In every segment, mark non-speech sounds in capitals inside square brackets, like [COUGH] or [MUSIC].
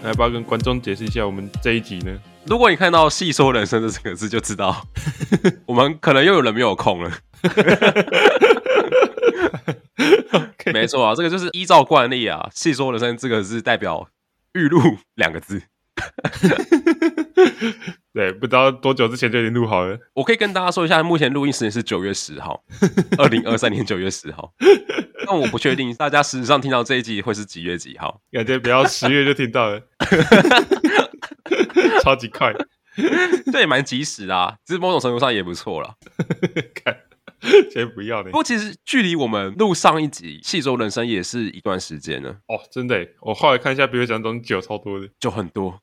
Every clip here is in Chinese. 那要不要跟观众解释一下我们这一集呢？如果你看到“细说人生”这四个字，就知道我们可能又有人没有空了。 [LAUGHS] 没错啊，这个就是依照惯例啊，“细说人生”这个字代表“预录”两个字。 [LAUGHS] 对，不知道多久之前就已经录好了。我可以跟大家说一下，目前录音时间是九月十 [LAUGHS] 号，二零二三年九月十 [LAUGHS] 号。但我不确定大家实质上听到这一集会是几月几号。感觉不要十月就听到了， [LAUGHS] 超级快。 [LAUGHS] 这也蛮及时的啊，其实某种程度上也不错啦。看，先不要呢不。过其实距离我们录上一集《戏说人生》也是一段时间了，哦，真的耶，我后来看一下，比我想象中久超多的，就很多。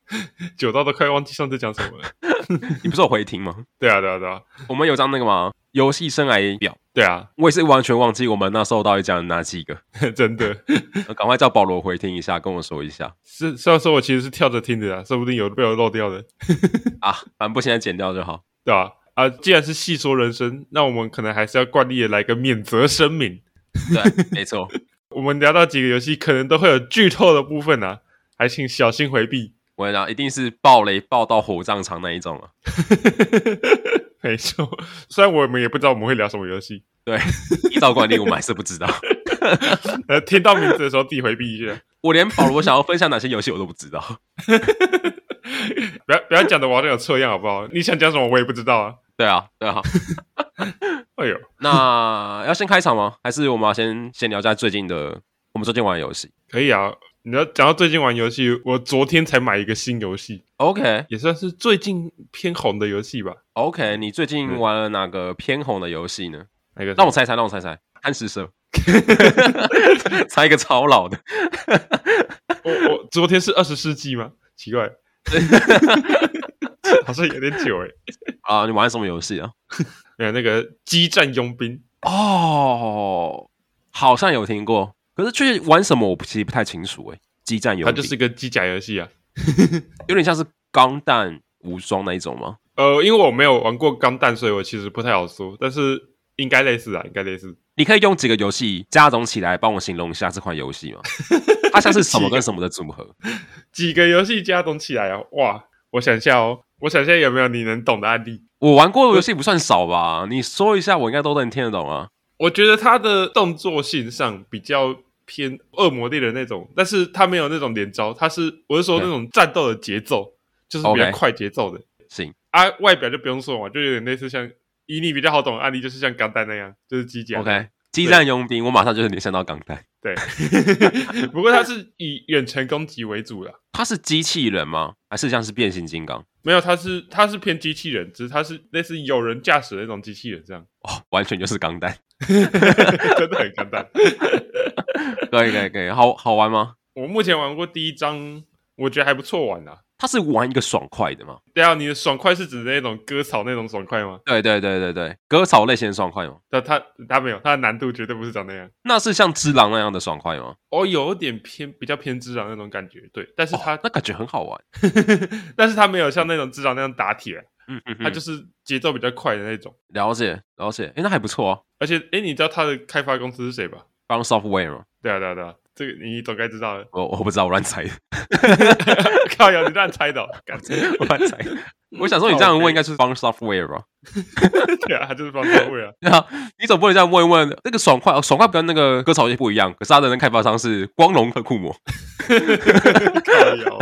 久到都快忘记上次讲什么了。你不是有回听 [LAUGHS] 吗？对啊，对啊，对啊，我们有张那个嘛游戏生涯表，对啊， [LAUGHS] 我也是完全忘记我们那时候到底讲了哪几个， [LAUGHS] 真的。呃赶快叫保罗回听一下，跟我说一下是，虽然说我其实是跳着听的啊，说不定有被我漏掉的，啊，反正不现在剪掉就好。对吧、啊？既然是细说人生，那我们可能还是要惯例的来个免责声明。 [LAUGHS] 对，没错，我们聊到几个游戏，可能都会有剧透的部分啊，还请小心回避。 [LAUGHS] 我跟你讲，一定是爆雷爆到火葬场那一种啊。没错，虽然我们也不知道我们会聊什么游戏，对，依照惯例我们还是不知 [LAUGHS] 道，呃，听到名字的时候自己回避一下， [LAUGHS] 我连保罗想要分享哪些游戏我都不知道。不要不要讲的我好像有错一样，好不好？你想讲什么我也不知道啊。对啊，对啊。哎呦， [LAUGHS] 那要先开场吗？还是我们要先先聊一下最近的我们最近玩的游戏可以啊。你要讲到最近玩游戏，我昨天才买一个新游戏， ？OK 也算是最近偏红的游戏吧。 OK，你最近玩了哪个偏红的游戏呢？那个什么让我猜猜，让我猜猜，贪食 [LAUGHS] 蛇，猜一个超老的，我我昨天是二十世纪吗？奇怪，好像有点久哎。啊！你玩什么游戏啊？没有那个激战佣兵，哦，好像有听过，可是具体玩什么我其实不太清楚诶、激战游戏它就是个机甲游戏啊。有点像是钢弹无双那一种吗？呃，因为我没有玩过钢弹，所以我其实不太好说，但是应该类似啊，应该类似。你可以用几个游戏加总起来帮我形容一下这款游 [LAUGHS] 戏吗？它像是什么跟什么的组合？几个游戏加总起来啊，哇！我想一下哦，我想一下有没有你能懂的案例。我玩过的游戏不算少吧？你说一下，我应该都能听得懂啊。我觉得它的动作性上比较偏恶魔猎人那种，但是它没有那种连招，它是我是说那种战斗的节奏，就是比较 OK 快节奏的。行，啊，外表就不用说嘛，就有点类似像以你比较好懂的案例，就是像钢弹那样，就是机甲。 OK，激战佣兵，我马上就联想到钢弹。对， [LAUGHS] 不过它是以远程攻击为主啦，它是机器人吗？还是像是变形金刚？没有，它是它是偏机器人，只是它是类似有人驾驶的那种机器人这样， [LAUGHS] 哦，完全就是钢 [LAUGHS] 弹。真的很钢弹。可以可以可以，好好玩吗？ [LAUGHS] 我目前玩过第一章，我觉得还不错玩啦。它是玩一个爽快的吗？对啊，你的爽快是指那种割草那种爽快吗？对对对对对，割草类型的爽快吗？但它它没有，它的难度绝对不是长那样。那是像只狼那样的爽快吗？哦，有点偏，比较偏智障那种感觉，对。但是它，哦那感觉很好玩。 [LAUGHS] 但是它没有像那种智障那样打铁，嗯嗯，它嗯就是节奏比较快的那种。了解了解，哎，那还不错哦。而且，哎，你知道它的开发公司是谁吧？ From Software 吗？。对啊，对啊，对啊，这个你总该知道的我我不知道，我乱猜 [LAUGHS] 的， [LAUGHS] 靠呀，你乱猜的哦、干我乱猜。我想说，你这样问应该是 From Software 吧？ [LAUGHS] 对啊，他就是方方位啊。 [LAUGHS] 对啊，你总不能这样问一问那个爽快，哦爽快跟那个割草也不一样，可是它的那个开发商是光荣和库摩。靠呀哦。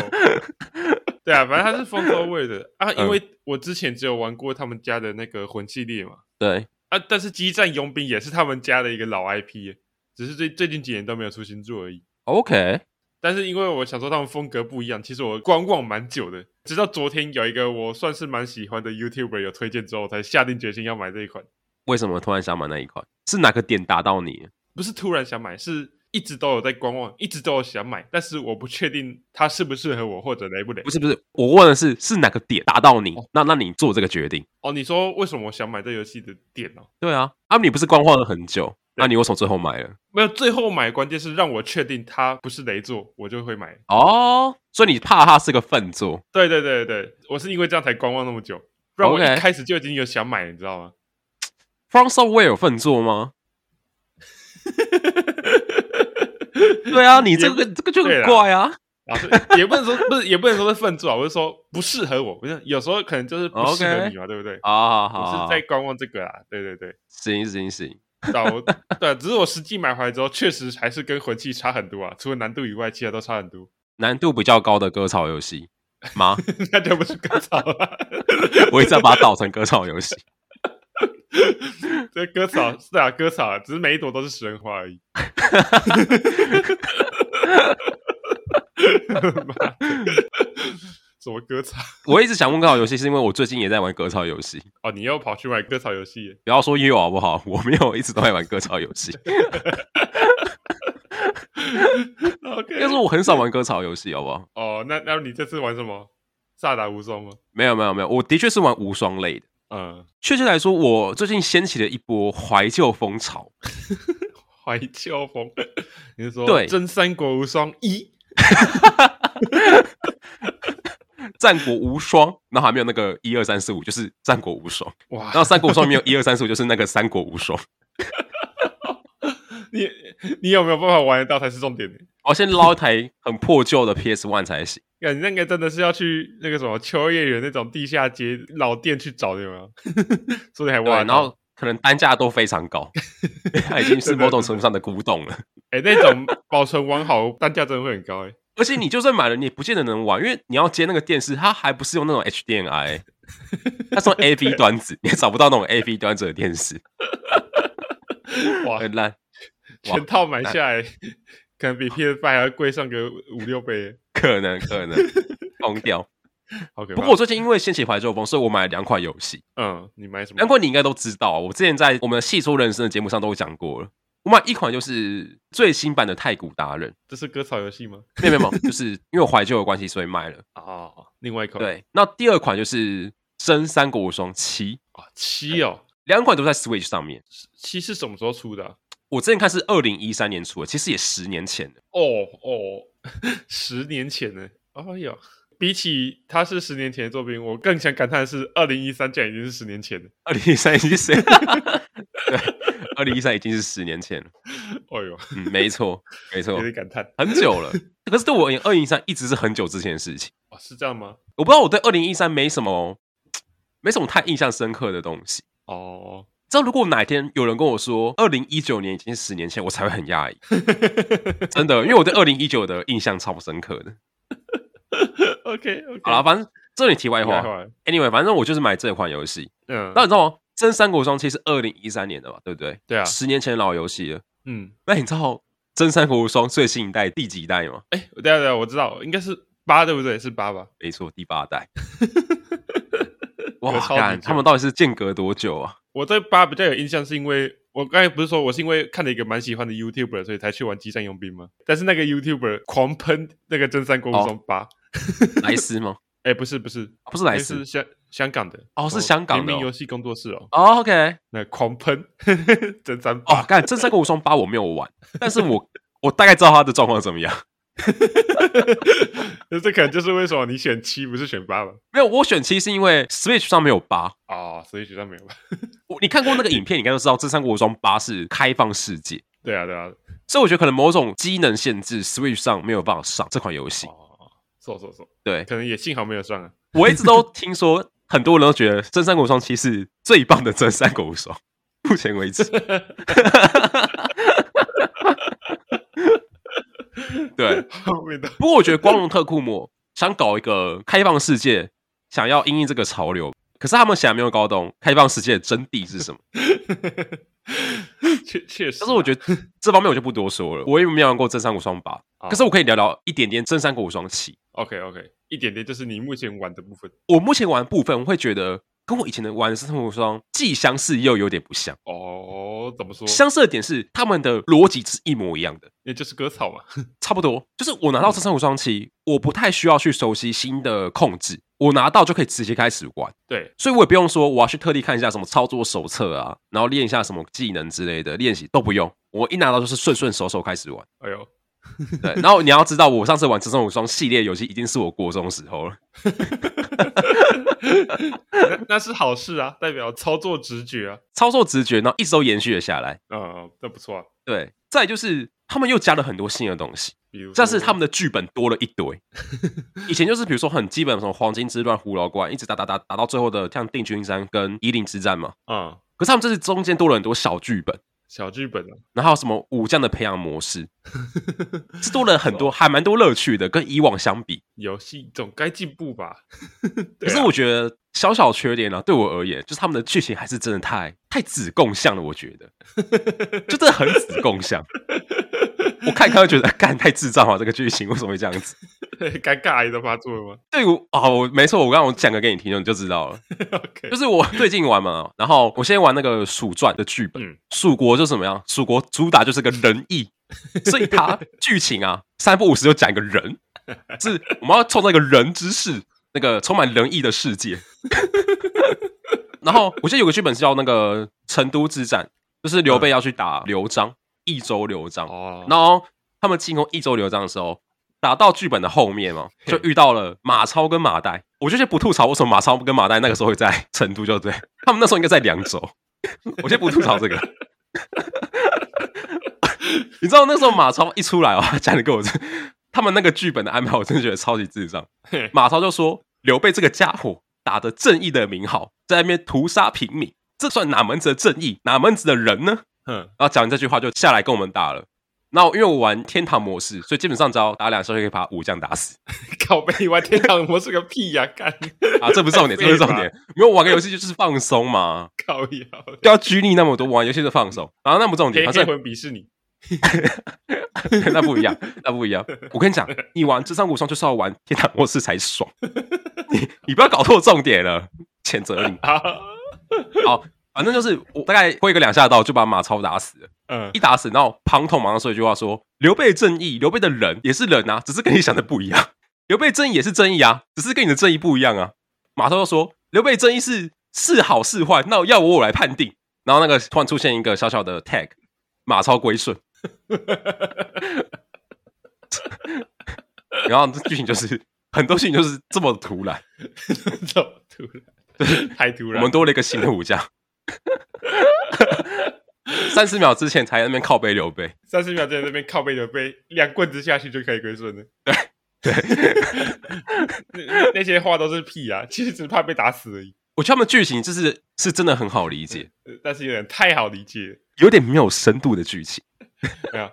对啊，反正他是方方位的啊，因为我之前只有玩过他们家的那个魂系列嘛，对，啊，但是激战佣兵也是他们家的一个老 IP，耶只是最最近几年都没有出新作而已。 OK，但是因为我想说他们风格不一样，其实我观望蛮久的，直到昨天有一个我算是蛮喜欢的 YouTuber 有推荐之后，我才下定决心要买这一款。为什么突然想买那一款？是哪个点打到你？不是突然想买，是一直都有在观望，一直都有想买，但是我不确定它适不适合我或者雷不雷不。是不是，我问的是是哪个点打到你？那那你做这个决定？哦，你说为什么我想买这游戏的点哦？对啊，啊你不是观望了很久，那、你为什么最后买了？没有，最后买关键是让我确定它不是雷作，我就会买。哦，所以你怕它是个粪作对对对对，我是因为这样才观望那么久，不然我 OK 一开始就已经有想买了，你知道吗？ [LAUGHS] ？From Software 有粪作吗？对啊，你这个这个就对很啦怪啊。啊，也不能说不是，也不能说是愤怒啊，我是说不适合我。不是，有时候可能就是不适合你嘛，对不对？啊，好好我好是在观望这个啊，对对对，行行行，对啊我对啊，只是我实际买回来之后，确实还是跟魂器差很多啊，除了难度以外，其他都差很多， [LAUGHS] 难度比较高的割草游戏吗？ [LAUGHS] 那就不是割草了。我一直要把它导成割草游戏。这割草是啊，割草啊，只是每一朵都是食人花而已。 [LAUGHS] 妈的什么割草？我一直想问割草游戏，是因为我最近也在玩割草游戏。哦，你又跑去买割草游戏耶？不要说也有好不好？我没有一直都在玩割草游 [LAUGHS] 戏， OK， [LAUGHS] 但是我很少玩割草游戏，好不好？哦，那那你这次玩什么？萨达无双吗？没有没有没有，我的确是玩无双类的。嗯，确切来说，我最近掀起了一波怀旧风潮。怀旧风。 [LAUGHS] 你是说对真三国无双一？战国无双，然后还没有那个一二三四五，就是战国无 [LAUGHS] 双。哇然，后三国无双没有一二三四五，就是那个三国无双。你你有没有办法玩得到才是重点呢？我哦先捞一台很破旧的 PS One 才行。呀，你那个真的是要去那个什么秋叶原那种地下街老店去找的有没 [LAUGHS] 有？说你还对，啊玩得然到，后可能单价都非常 [LAUGHS] 高，因为它已经是某种程度上的古董了。哎、那种保存完好，单价真的会很高哎、而且你就算买了，你也不见得能玩，因为你要接那个电视，它还不是用那种 HDMI，它 [LAUGHS] 是用 AV 端子，你也找不到那种 AV 端子的电 [LAUGHS] 视，哇，很烂，全套买下来，可能比 PS 5还要贵上个五六倍、可能可能疯掉。 [LAUGHS] 哎好可怕。不过我最近因为掀起怀旧风，所以我买了两款游戏，嗯，你买什么两？款你应该都知道，啊我之前在我们的细说人生的节目上都讲过了。我买一款就是最新版的《太古达人》，这是割草游戏吗？没有没有没有，就是因为我怀旧的关系，所以卖了。啊、另外一款 [LAUGHS] 哦对，那第二款就是《真三国无双七》，啊、七哦，两款都在 Switch 上面。七是什么时候出的啊、我之前看是二零一三年出的，其实也十年前了。哦哦，十年前呢？哎呦，比起它是十年前的作品，我更想感叹的是，二零一三竟然已经是十年前了。二零一三已经 [LAUGHS] 是，对，二零一三已经是十年前了。哎呦，嗯，没错，没错有，点感叹很久了。可是对我而言，二零一三一直是很久之前的事情。哦，是这样吗？我不知道我对二零一三没什么，没什么太印象深刻的东西。 [LAUGHS] 哦，知道如果哪天有人跟我说二零一九年已经是十年前，我才会很讶异，真的，因为我对二零一九的印象超深刻的。 OK OK，好了，，反正这里题外坏话。话， Anyway，反正我就是买这款游戏，嗯，那你知道吗？《真三国无双七》是二零一三年的嘛，对不对？对啊十年前的老游戏了。嗯，那你知道《真三国无双》最新一代第几代吗？哎，等一下等一下，我知道，应该是八对不对？是八吧？没错，第 [LAUGHS] 八代。隔哇，超级干，久他们到底是间隔多久啊？我对八比较有印象，是因为我刚才不是说我是因为看了一个蛮喜欢的 YouTuber，所以才去玩激战佣兵吗？但是那个 YouTuber 狂喷那个真三国哦无双八，莱斯吗？哎、不是不是，啊不是莱那斯是香香港的哦是香港的哦联名游戏工作室哦，哦，OK。那狂喷真三哦八，，干，《真三国无双八》我没有玩，但是我我大概知道它的状况怎么样。 [LAUGHS] 那这可能就是为什么你选七不是选八吧？没有，我选七是因为 Switch 上没有八。哦，所以学校没有吧？我你看过那个影片，你应该都知道《真三国无双八》是开放世界，对啊对啊，所以我觉得可能某种机能限制，Switch 上没有办法上这款游戏。哦，错错错，对，可能也幸好没有上啊。 [LAUGHS] 我一直都听说很多人都觉得《真三国无双七》是最棒的《真三国无双》，目前为止。对，后面的不过我觉得光荣特库莫想搞一个开放世界，想要因应这个潮流，可是他们显然没有搞懂开放世界的真谛是什么。 [LAUGHS] 确确实啊，但是我觉得这方面我就不多说了，我也没有玩过《真三国无双八》，哦可是我可以聊聊一点点《真三国无双七》。 OK OK，一点点就是你目前玩的部分我目前玩的部分，我会觉得跟我以前的玩《真三国无双》既相似又有点不像。哦。怎么说？相似的点是他们的逻辑是一模一样的，也就是割草嘛。差不多。就是我拿到《真三国无双七》，我不太需要去熟悉新的控制，我拿到就可以直接开始玩。对，所以我也不用说我要去特地看一下什么操作手册啊，然后练一下什么技能之类的练习都不用，我一拿到就是顺顺手手开始玩。哎 [LAUGHS] 呦，对，然后你要知道，我上次玩《真三国无双》系列游戏已经是我国中时候了，那那是好事啊，代表操作直觉啊，操作直觉，然后一直都延续了下来。嗯，那不错啊。对，再就是他们又加了很多新的东西，比如说，但是他们的剧本多了一堆。以前就是比如说很基本的什么黄金之乱、胡牢关，一直打打打打到最后的像定军山跟夷陵之战嘛。嗯，可是他们这次中间多了很多小剧本，小剧本啊，然后还有什么武将的培养模式，是多了很多，还蛮多乐趣的，跟以往相比。游戏总该进步吧？啊可是我觉得小小缺点啊呢、对我而言，就是他们的剧情还是真的太太子共相了。我觉得，就真的很子共相。我看一看就觉得，干太智障了，这个剧情为什么会这样子？对啊 [LAUGHS] 尴尬癌的发作了吗对我啊，我没错，我刚刚我讲个给你听，你就知道了。 ？OK，就是我最近玩嘛，然后我先玩那个《蜀传》的剧本，嗯蜀国就怎么样？蜀国主打就是个仁 [LAUGHS] 义，所以它剧情啊，三不五时就讲一个人， [LAUGHS] 是我们要创造一个人之世，那个充满仁义的 [LAUGHS] 世界。然后我记得有个剧本是叫那个《成都之战》，就是刘嗯备要去打刘璋，益州刘璋。哦，然后他们进攻益州刘璋的时候，打到剧本的后面嘛，就遇到了马超跟马岱。我就先不吐槽为什么马超跟马岱那个时候会在成都，就对 [LAUGHS] 他们那时候应该在凉州。我先不吐槽这个。 [LAUGHS] 你知道那时候马超一出来哦，讲的给我这，他们那个剧本的安排，我真的觉得超级智障。嘿马超就说：“刘备这个家伙打着正义的名号，在那边屠杀平民，这算哪门子的正义，哪门子的人呢？”哼，然后讲完这句话就下来跟我们打了。那我因为我玩天堂模式，所以基本上只要打两下就可以把武将打死靠背玩天堂模式个屁呀、干啊！这不是重点，这不是重点。因为玩个游戏就是放松嘛，靠腰，不要拘泥那么多，玩游戏就放松。然后那不重黑点，反黑正魂鄙视你， [LAUGHS] 那不一样，那不一样。我跟你讲，你玩《智商无双》就是要玩天堂模式才爽，你你不要搞错重点了，谴责你。好，好，反正就是我大概挥个两下刀就把马超打死了。嗯 [LAUGHS] 一，打死，然后庞统马上说一句话说：“刘备正义，刘备的人也是人啊，只是跟你想的不一样。 [LAUGHS] 刘备正义也是正义啊，只是跟你的正义不一样啊。”马超就说：“刘备正义是是好是坏，那要我我来判定。”然后那个突然出现一个小小的 tag，马超归顺。然后剧情就是很多事情就是这么突然，走，突 [LAUGHS] 然，太突我然，们多了一个新的武将。三十秒之前才在那边靠背刘备，三十秒之前那边靠背的背，两棍子下去就可以归顺了。对， [LAUGHS] 那那些话都是屁啊，其实只怕被打死而已。我觉得他们剧情就是是真的很好理解，呃但是有点太好理解有点没有深度的剧情。了，没有。啊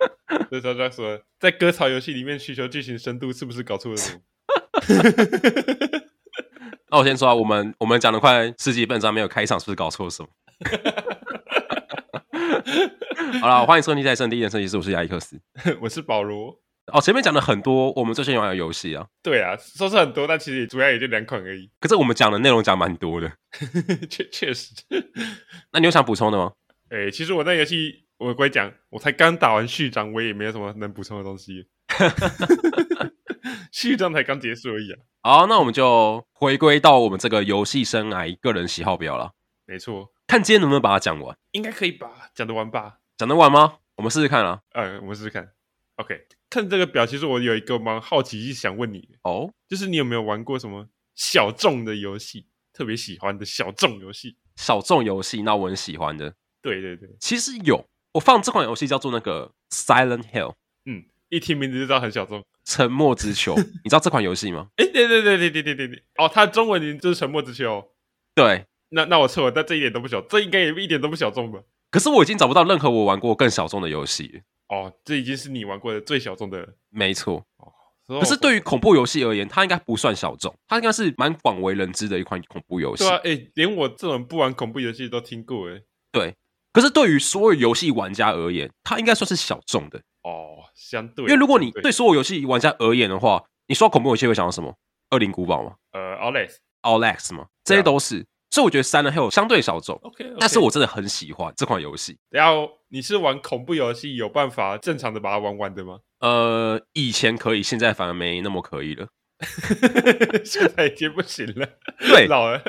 所以说他说，在割草游戏里面需求剧情深度，是不是搞错了什么？ [LAUGHS] 那我先说、啊，我们我们讲了快十几分钟，没有开场，是不是搞错了什么？好了，欢迎收听《在圣地的设计师》，我是亚历克斯。我是保罗。哦，前面讲了很多我们最近玩的游戏啊，对啊，说是很多，但其实也主要也就两款而已。可是我们讲的内容讲蛮多的。确确实，那你有想补充的吗？哎、其实我那游戏，我归讲，我才刚打完序章，我也没有什么能补充的东西。 [LAUGHS] 序章才刚结束而已啊，好，那我们就回归到我们这个游戏生涯个人喜好表了，没错，看今天能不能把它讲完，应该可以吧？讲得完吧？讲得完吗？我们试试看啊。嗯，我们试试看。OK，看这个表，其实我有一个蛮好奇，想问你的，哦，就是你有没有玩过什么小众的游戏，特别喜欢的小众游戏？小众游戏，那我很喜欢的。对对对，其实有，我放这款游戏叫做那个《Silent Hill》嗯，一听名字就知道很小众。沉默之丘，你知道这款游戏吗？哎，对对对对对对对对，哦，它的中文名就是《沉默之丘》哦。对，那那我错了，但这一点都不小，这应该也一点都不小众吧？可是我已经找不到任何我玩过更小众的游戏。哦，这已经是你玩过的最小众的了。没错，可可哦是对于恐怖游戏而言，它应该不算小众，它应该是蛮广为人知的一款恐怖游戏对。啊，哎，连我这种不玩恐怖游戏都听过哎。可是对于所有游戏玩家而言，它应该算是小众的，哦，相对，因为如果你相对所有游戏玩家而言的话，你说恐怖游戏会想到什么？《恶灵古堡》吗呃 o l e x ？Alex 吗？这些对啊都是。所以我觉得《Silent Hill》相对小众， OK，但是我真的很喜欢这款游戏。然后哦你是玩恐怖游戏有办法正常的把它玩完的吗？ [LAUGHS] 呃，以前可以，现在反而没那么可以 [LAUGHS] 了。现在已经不行了，对，老了。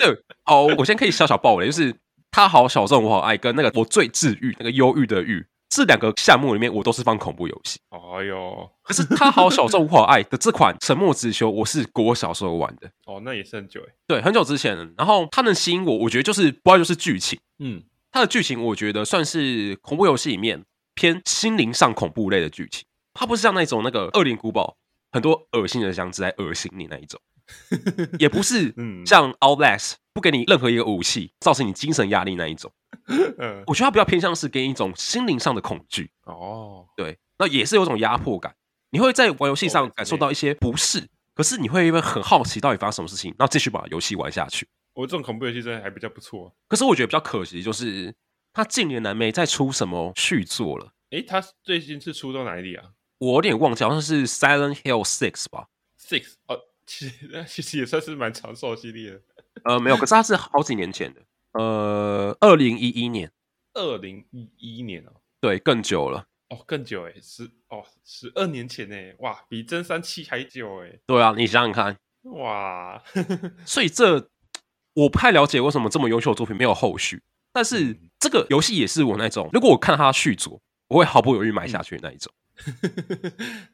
哦，我先可以小小爆雷，就是他好小众，我好爱，跟那个我最治愈那个忧郁的郁，这两个项目里面，我都是放恐怖游戏。哎呦，可是他好小众，我好爱的这款《沉默之丘》，我是国小时候玩的，哦，那也是很久哎。对，很久之前了。然后它能吸引我，我觉得就是不外就是剧情，嗯，它的剧情我觉得算是恐怖游戏里面偏心灵上恐怖类的剧情。它不是像那种那个《恶灵古堡》很多恶心的箱子来恶心你那一种，也不是嗯像《Outlast》不给你任何一个武器，造成你精神压力那一种。 [LAUGHS] 嗯，我觉得它比较偏向是给你一种心灵上的恐惧。哦，对，那也是有种压迫感。你会在玩游戏上感受到一些不适，可是你会因为很好奇到底发生什么事情，然后继续把游戏玩下去。我这种恐怖游戏真的还比较不错。可是我觉得比较可惜，就是他近年来没再出什么续作了。诶，他最近是出到哪里啊我有点忘记，好像是《Silent Hill Six》吧？ ？Six 哦，其实 [LAUGHS] 那其实也算是蛮长寿系列的。呃，没有，可是它是好几年前的，呃，二零一一年，二零一一年哦，对，更久了。哦更久诶，十哦十二年前诶，哇，比真三七还久诶，对啊，你想想看，哇， [LAUGHS] 所以这我不太了解为什么这么优秀的作品没有后续。但是这个游戏也是我那种，如果我看它续作，我会毫不犹豫买下去的那一种。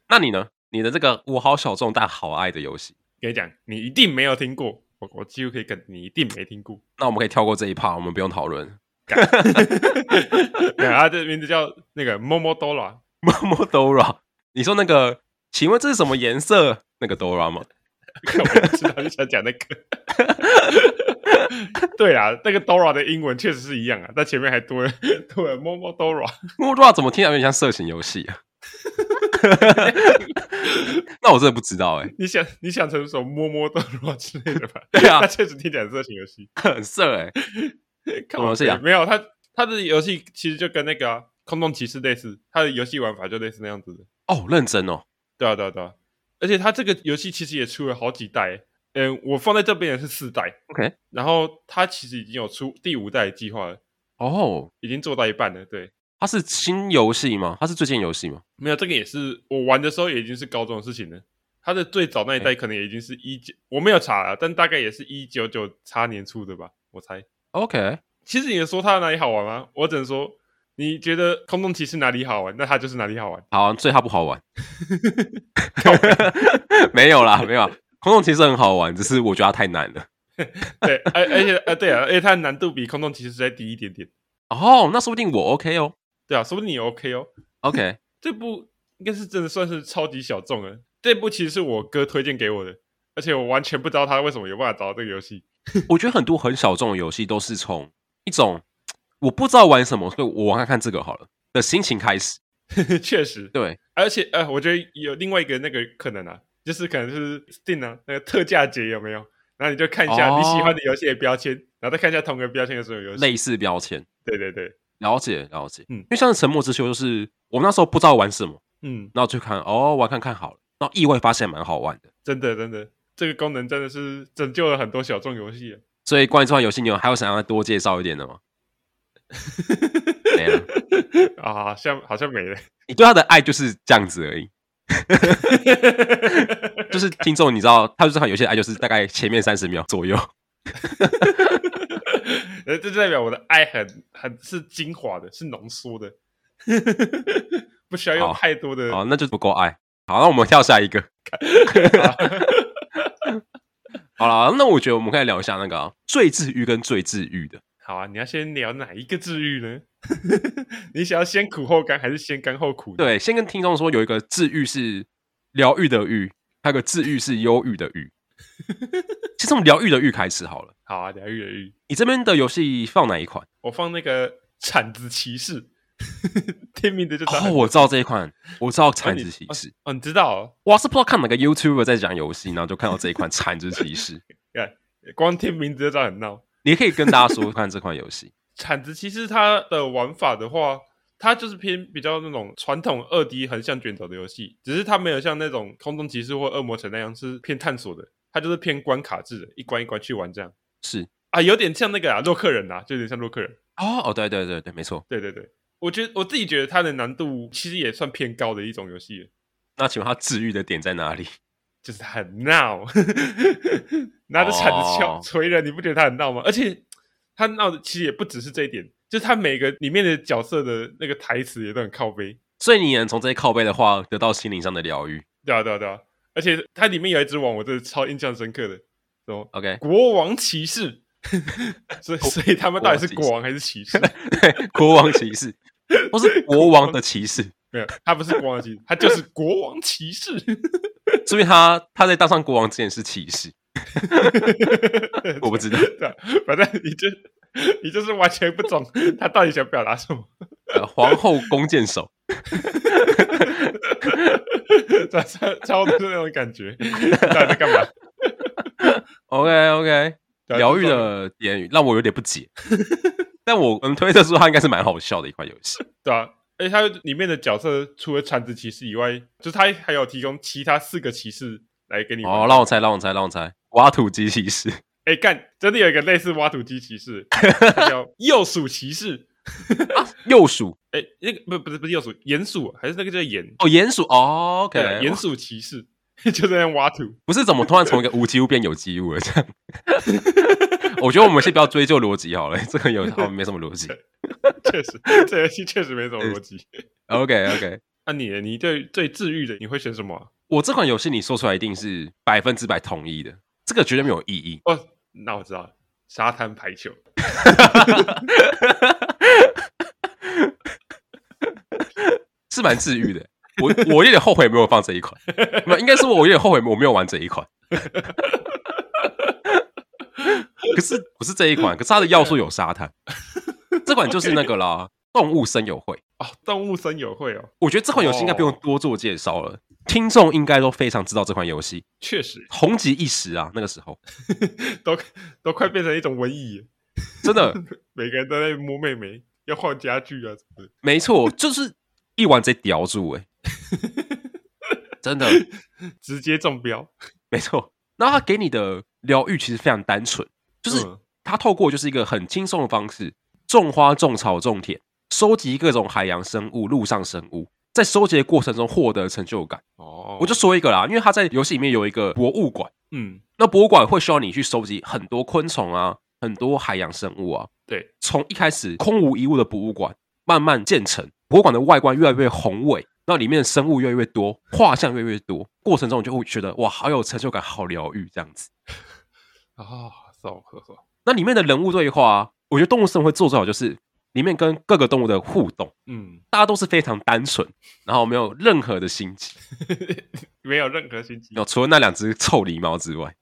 那你呢？你的这个我好小众但好爱的游戏，跟你讲，你一定没有听过，我我几乎可以跟你一定没听过。 [LAUGHS] 那我们可以跳过这一趴，我们不用讨论。 [LAUGHS] 对，他的名字叫那个 Momo Dora， Momo Dora，你说那个，请问这是什么颜色？那个 Dora 吗？看 [LAUGHS] 我就知道你想讲那个。 [LAUGHS] 对啊，那个 Dora 的英文确实是一样啊，但前面还多了 [LAUGHS] 多了 Momo Dora。 Momo Dora 怎么听起来有点像色情游戏啊？ [LAUGHS] 那我真的不知道哎、你想你想成什么摸摸的罗之类的吧？ [LAUGHS] 对啊它确实听起来很色情游 [LAUGHS] 戏。很色哎、什么游戏啊没有，它它的游戏其实就跟那个啊、空洞骑士》类似，它的游戏玩法就类似那样子的。哦，认真哦，对啊，对啊，对啊。而且它这个游戏其实也出了好几代，嗯，我放在这边也是四代。 OK 然后它其实已经有出第五代的计划了，哦，已经做到一半了。对，它是新游戏吗？它是最近游戏吗？没有这个也是我玩的时候也已经是高中的事情了。它的最早那一代可能也已经是一九、我没有查啊，但大概也是一九九叉年出的吧，我猜。 OK，其实你说它哪里好玩吗？我只能说，你觉得空洞骑士哪里好玩，那它就是哪里好玩。好，啊所以它不好玩。 [LAUGHS] 没有啦，没有啦。空洞骑士很好玩，只是我觉得它太难了。对，而而且呃，对啊，而且它的难度比空洞骑士再低一点点。哦，那说不定我 OK 哦对啊，说不定你 OK 哦。 ，OK， [LAUGHS] 这部应该是真的算是超级小众了。这部其实是我哥推荐给我的，而且我完全不知道他为什么有办法找到这个游戏。 [LAUGHS] 我觉得很多很小众的游戏都是从一种我不知道玩什么，所以我玩看看这个好了的心情开始。确实，对，而且呃，我觉得有另外一个那个可能啊，就是可能是 Steam 啊那个特价节有没有？然后你就看一下哦你喜欢的游戏的标签，然后再看一下同个标签的所有游戏。类似标签，对对对，了解了解。嗯因为像是《沉默之丘》，就是我们那时候不知道玩什么，嗯，然后就看哦玩看看好了，然后意外发现蛮好玩的。真的真的，这个功能真的是拯救了很多小众游戏啊。所以关于这款游戏，你有还有想要多介绍一点的吗？没了， [LAUGHS] 啊，好像好像没 [LAUGHS] 了。你对他的爱就是这样子而已。就是听众，你知道，他对这款游戏的爱就是大概前面三十秒左右。呃，这代表我的爱很很是精华的，是浓缩 [LAUGHS] 的，不需要用好太多的。好，那就不够爱。好，那我们跳下一个。 [LAUGHS] 啊好了，那我觉得我们可以聊一下那个啊最治愈跟最治愈的。好啊，你要先聊哪一个治愈呢？ [LAUGHS] 你想要先苦后甘，还是先甘后苦呢？对，先跟听众说，有一个治愈是疗愈的愈，还有个治愈是忧郁的郁。先从疗愈的愈开始好了。好啊，疗愈疗愈。你这边的游戏放哪一款？我放那个铲子骑士， [LAUGHS] 听名字就知道哦，很。我知道这一款，我知道《铲你子骑士》哦，你知道、哦？哇，是不知道看哪个 YouTuber 在讲游戏，然后就看到这一 [LAUGHS] 款《铲子骑士》。光听名字就知道很闹。你可以跟大家说看这款游戏。铲子其实它的玩法的话，它就是偏比较那种传统二 D 横向卷轴的游戏，只是它没有像那种空中骑士或恶魔城那样是偏探索的，它就是偏关卡制的，一关一关去玩这样是啊，有点像那个啊洛克人啊，就有点像洛克人。哦哦，对对对对，没错。对对对，我觉得我自己觉得它的难度其实也算偏高的一种游戏了，那请问它治愈的点在哪里？就是它很闹， [LAUGHS] 拿着铲子敲哦锤人，你不觉得它很闹吗？而且它闹的其实也不只是这一点，就是他每个里面的角色的那个台词也都很靠背，所以你能从这些靠背的话得到心灵上的疗愈。对啊对啊对啊，而且它里面有一只王，我真的超印象深刻的，什么 OK， [LAUGHS] 国王骑士， [LAUGHS] 所以国所以他们到底是国国王还是骑士？对，国王骑士，或是国王的骑士，没有，他不是国王骑士，他就是国王骑士。 [LAUGHS] 说明他他在当上国王之前是骑士。我不知道 [LAUGHS] 对啊，反正你就你就是完全不懂他到底想表达什么。 [LAUGHS] 呃，皇后弓箭手，对啊差差不多是那种感觉，到底在干嘛？ OK OK，对啊疗愈，的言语让我有点 [LAUGHS] 不解，但我我们推测说它应该是蛮好笑的一款游 [LAUGHS] 戏。对啊。而且它里面的角色除了铲子骑士以外，就是它还有提供其他四个骑士来给你玩。哦，让我猜，让我猜，让我猜，挖土机骑士， [LAUGHS] 哎干，真的有一个类似挖土机骑士，它叫鼬鼠骑士。幼鼠哎，那个不不是不是鼬鼠，鼹鼠啊还是那个叫鼹？哦，鼹鼠哦，OK，对，啊鼹鼠骑士 [LAUGHS] 就在那挖土。不是怎么突然从一个无机物变有机物了这 [LAUGHS] 样？我觉得我们先不要追究逻辑好了，这个有好没什么逻辑。确实，这游戏确实没什么逻辑。 OK OK，那、你呢你对最治愈的你会选什么啊、我这款游戏你说出来一定是百分之百同意的，这个绝对没有意义。哦，那我知道了，沙滩排球。是蛮治愈的。我我有点后悔没有放这一款，没有，应该是我有点后悔我没有玩这一款。可是不是这一款，可是它的要素有沙滩，这款就是那个啦，动物森友会。哦，动物森友会哦，我觉得这款游戏应该不用多做介绍了，听众应该都非常知道这款游戏确实 [LAUGHS] 红极一时啊。那个时候都都快变成一种文艺了，真的每个人都在摸妹妹，要换家具啊什么的。没错，就是一玩直接叼住哎、真的嗯 [LAUGHS] 直接中标，没错。然后它给你的疗愈其实非常单纯，就是嗯他透过就是一个很轻松的方式，种花、种草、种田，收集各种海洋生物、陆上生物，在收集的过程中获得成就感。哦我就说一个啦，因为他在游戏里面有一个博物馆，嗯，那博物馆会需要你去收集很多昆虫啊，很多海洋生物啊。对，从一开始空无一物的博物馆，慢慢建成，博物馆的外观越来越宏伟，那里面的生物越来越多，画像越来越多，过程中你就会觉得哇，好有成就感，好疗愈这样子。哦，骚呵呵，那里面的人物对话、啊，我觉得动物森友会做最好就是里面跟各个动物的互动，嗯， [LAUGHS] 大家都是非常单纯，然后没有任何的心机，没有任何心机没，有除了那两只臭狸猫之外，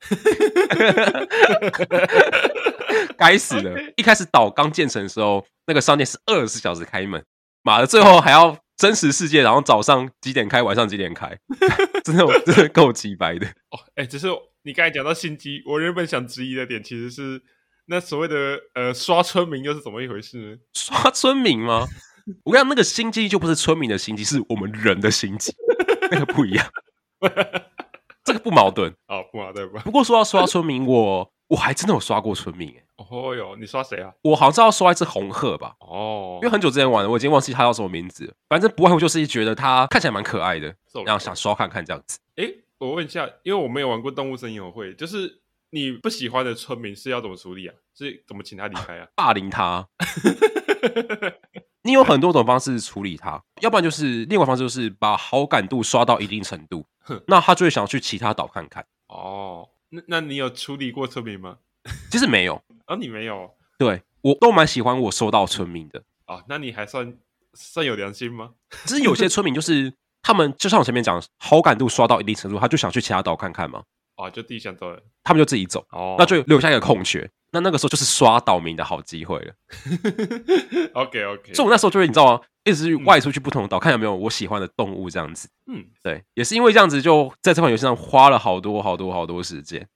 该死的！一开始岛刚建成的时候，那个商店是二十四小时开门，妈的，最后还要真实世界，然后早上几点开，晚上几点开， [LAUGHS] 真的真的够鸡掰的。哦，哎、只是你刚才讲到心机，我原本想质疑的点其实是那所谓的呃刷村民又是怎么一回事呢？刷村民吗？我跟你讲，那个心机就不是村民的心机，是我们人的心机，那个不一样，这个不矛盾。哦，不嘛对吧？不过说到刷村民，我我还真的有刷过村民、欸，哦哟，你刷谁啊？我好像是要刷一只红鹤吧，哦因为很久之前玩的，我已经忘记它叫什么名字了，反正不外乎就是觉得它看起来蛮可爱的，很然后想刷看看这样子。哎、我问一下，因为我没有玩过动物森友会，就是你不喜欢的村民是要怎么处理啊？是怎么请他离开啊？ [LAUGHS] 霸凌它，你有很多种方式处理它，要不然就是另外一种方式就是把好感度刷到一定程度哼，那他就会想去其他岛看看。哦，那那你有处理过村民吗？其实没有，啊、你没有对我都蛮喜欢我收到村民的，啊、那你还算算有良心吗？只是有些村民就是他们，就像我前面讲，好感度刷到一定程度，他就想去其他岛看看嘛，哦，就自己想走了。他们就自己走，哦， [LAUGHS] 那就留下一个空缺。那那个时候就是刷岛民的好机会了， OK OK 。所以我那时候就会你知道吗？一直去外出去不同的岛，看有没有我喜欢的动物这样子。嗯，对，也是因为这样子，就在这款游戏上花了好多好多好多时间。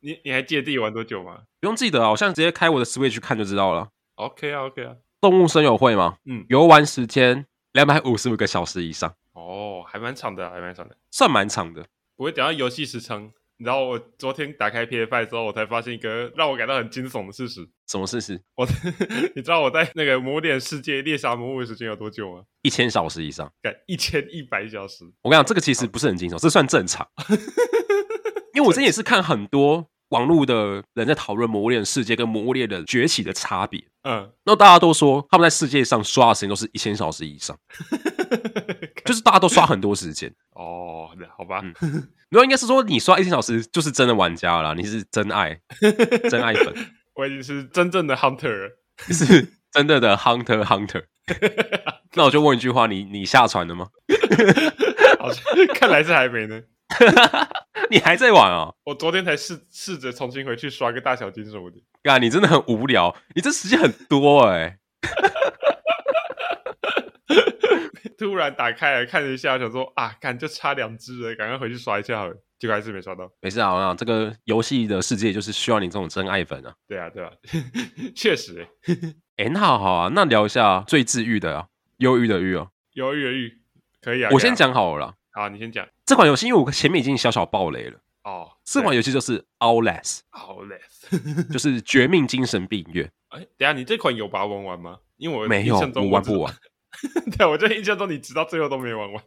你你还记得自己玩多久吗不用记得啊，我现在直接开我的 Switch 去看就知道了。 ？OK 啊 OK 啊，动物森友会嘛，嗯，游玩时间两百五十五个小时以上，哦，还蛮长的啊，还蛮长的。算蛮长的。我会讲到游戏时长，然后我昨天打开 PS Five 之后，我才发现一个让我感到很惊悚的事实。什么事情？我 [LAUGHS] 你知道我在那个《魔点世界》猎杀魔物的时间有多久吗？一千小时以上。干一千一百小时，我跟你讲，这个其实不是很惊悚，这算正常。因为我之前也是看很多网络的人在讨论《魔物猎世界》跟《魔物猎》的崛起的差别，嗯，那大家都说他们在世界上刷的时间都是一千小时以上，就是大家都刷很多时间。哦，那好吧，嗯然后应该是说你刷一千小时就是真的玩家了啦，你是真爱，真爱粉，我已经是真正的 hunter 了。你是真的的 hunter hunter。那我就问一句话，你你下船了吗？ [LAUGHS] 好像 [LAUGHS] 看来是还没呢。你还在玩啊、我昨天才试试着重新回去刷个大小金什么的。干，你真的很无聊，你这时间很多哎、突然打开来看了一下，想说啊，看就差两只了，赶快回去刷一下好了。结果还是没刷到。没事啊，我想这个游戏的世界就是需要你这种真爱粉啊。对啊，对啊， [LAUGHS] 确实、欸，哎，那好好啊，那聊一下最治愈的啊，忧郁的郁哦。犹豫犹豫，可以啊。我可以啊先，讲好了啦，好，你先讲。这款游戏因为我前面已经小小爆雷了，哦，这款游戏就是 [LAUGHS] Outlast，好嘞。就是《绝命精神病院哎，等一下，你这款有把它玩完吗？因为我》，没印有，象中我玩不完。只。 [LAUGHS] 对，我就印象中你直到最后都没玩完。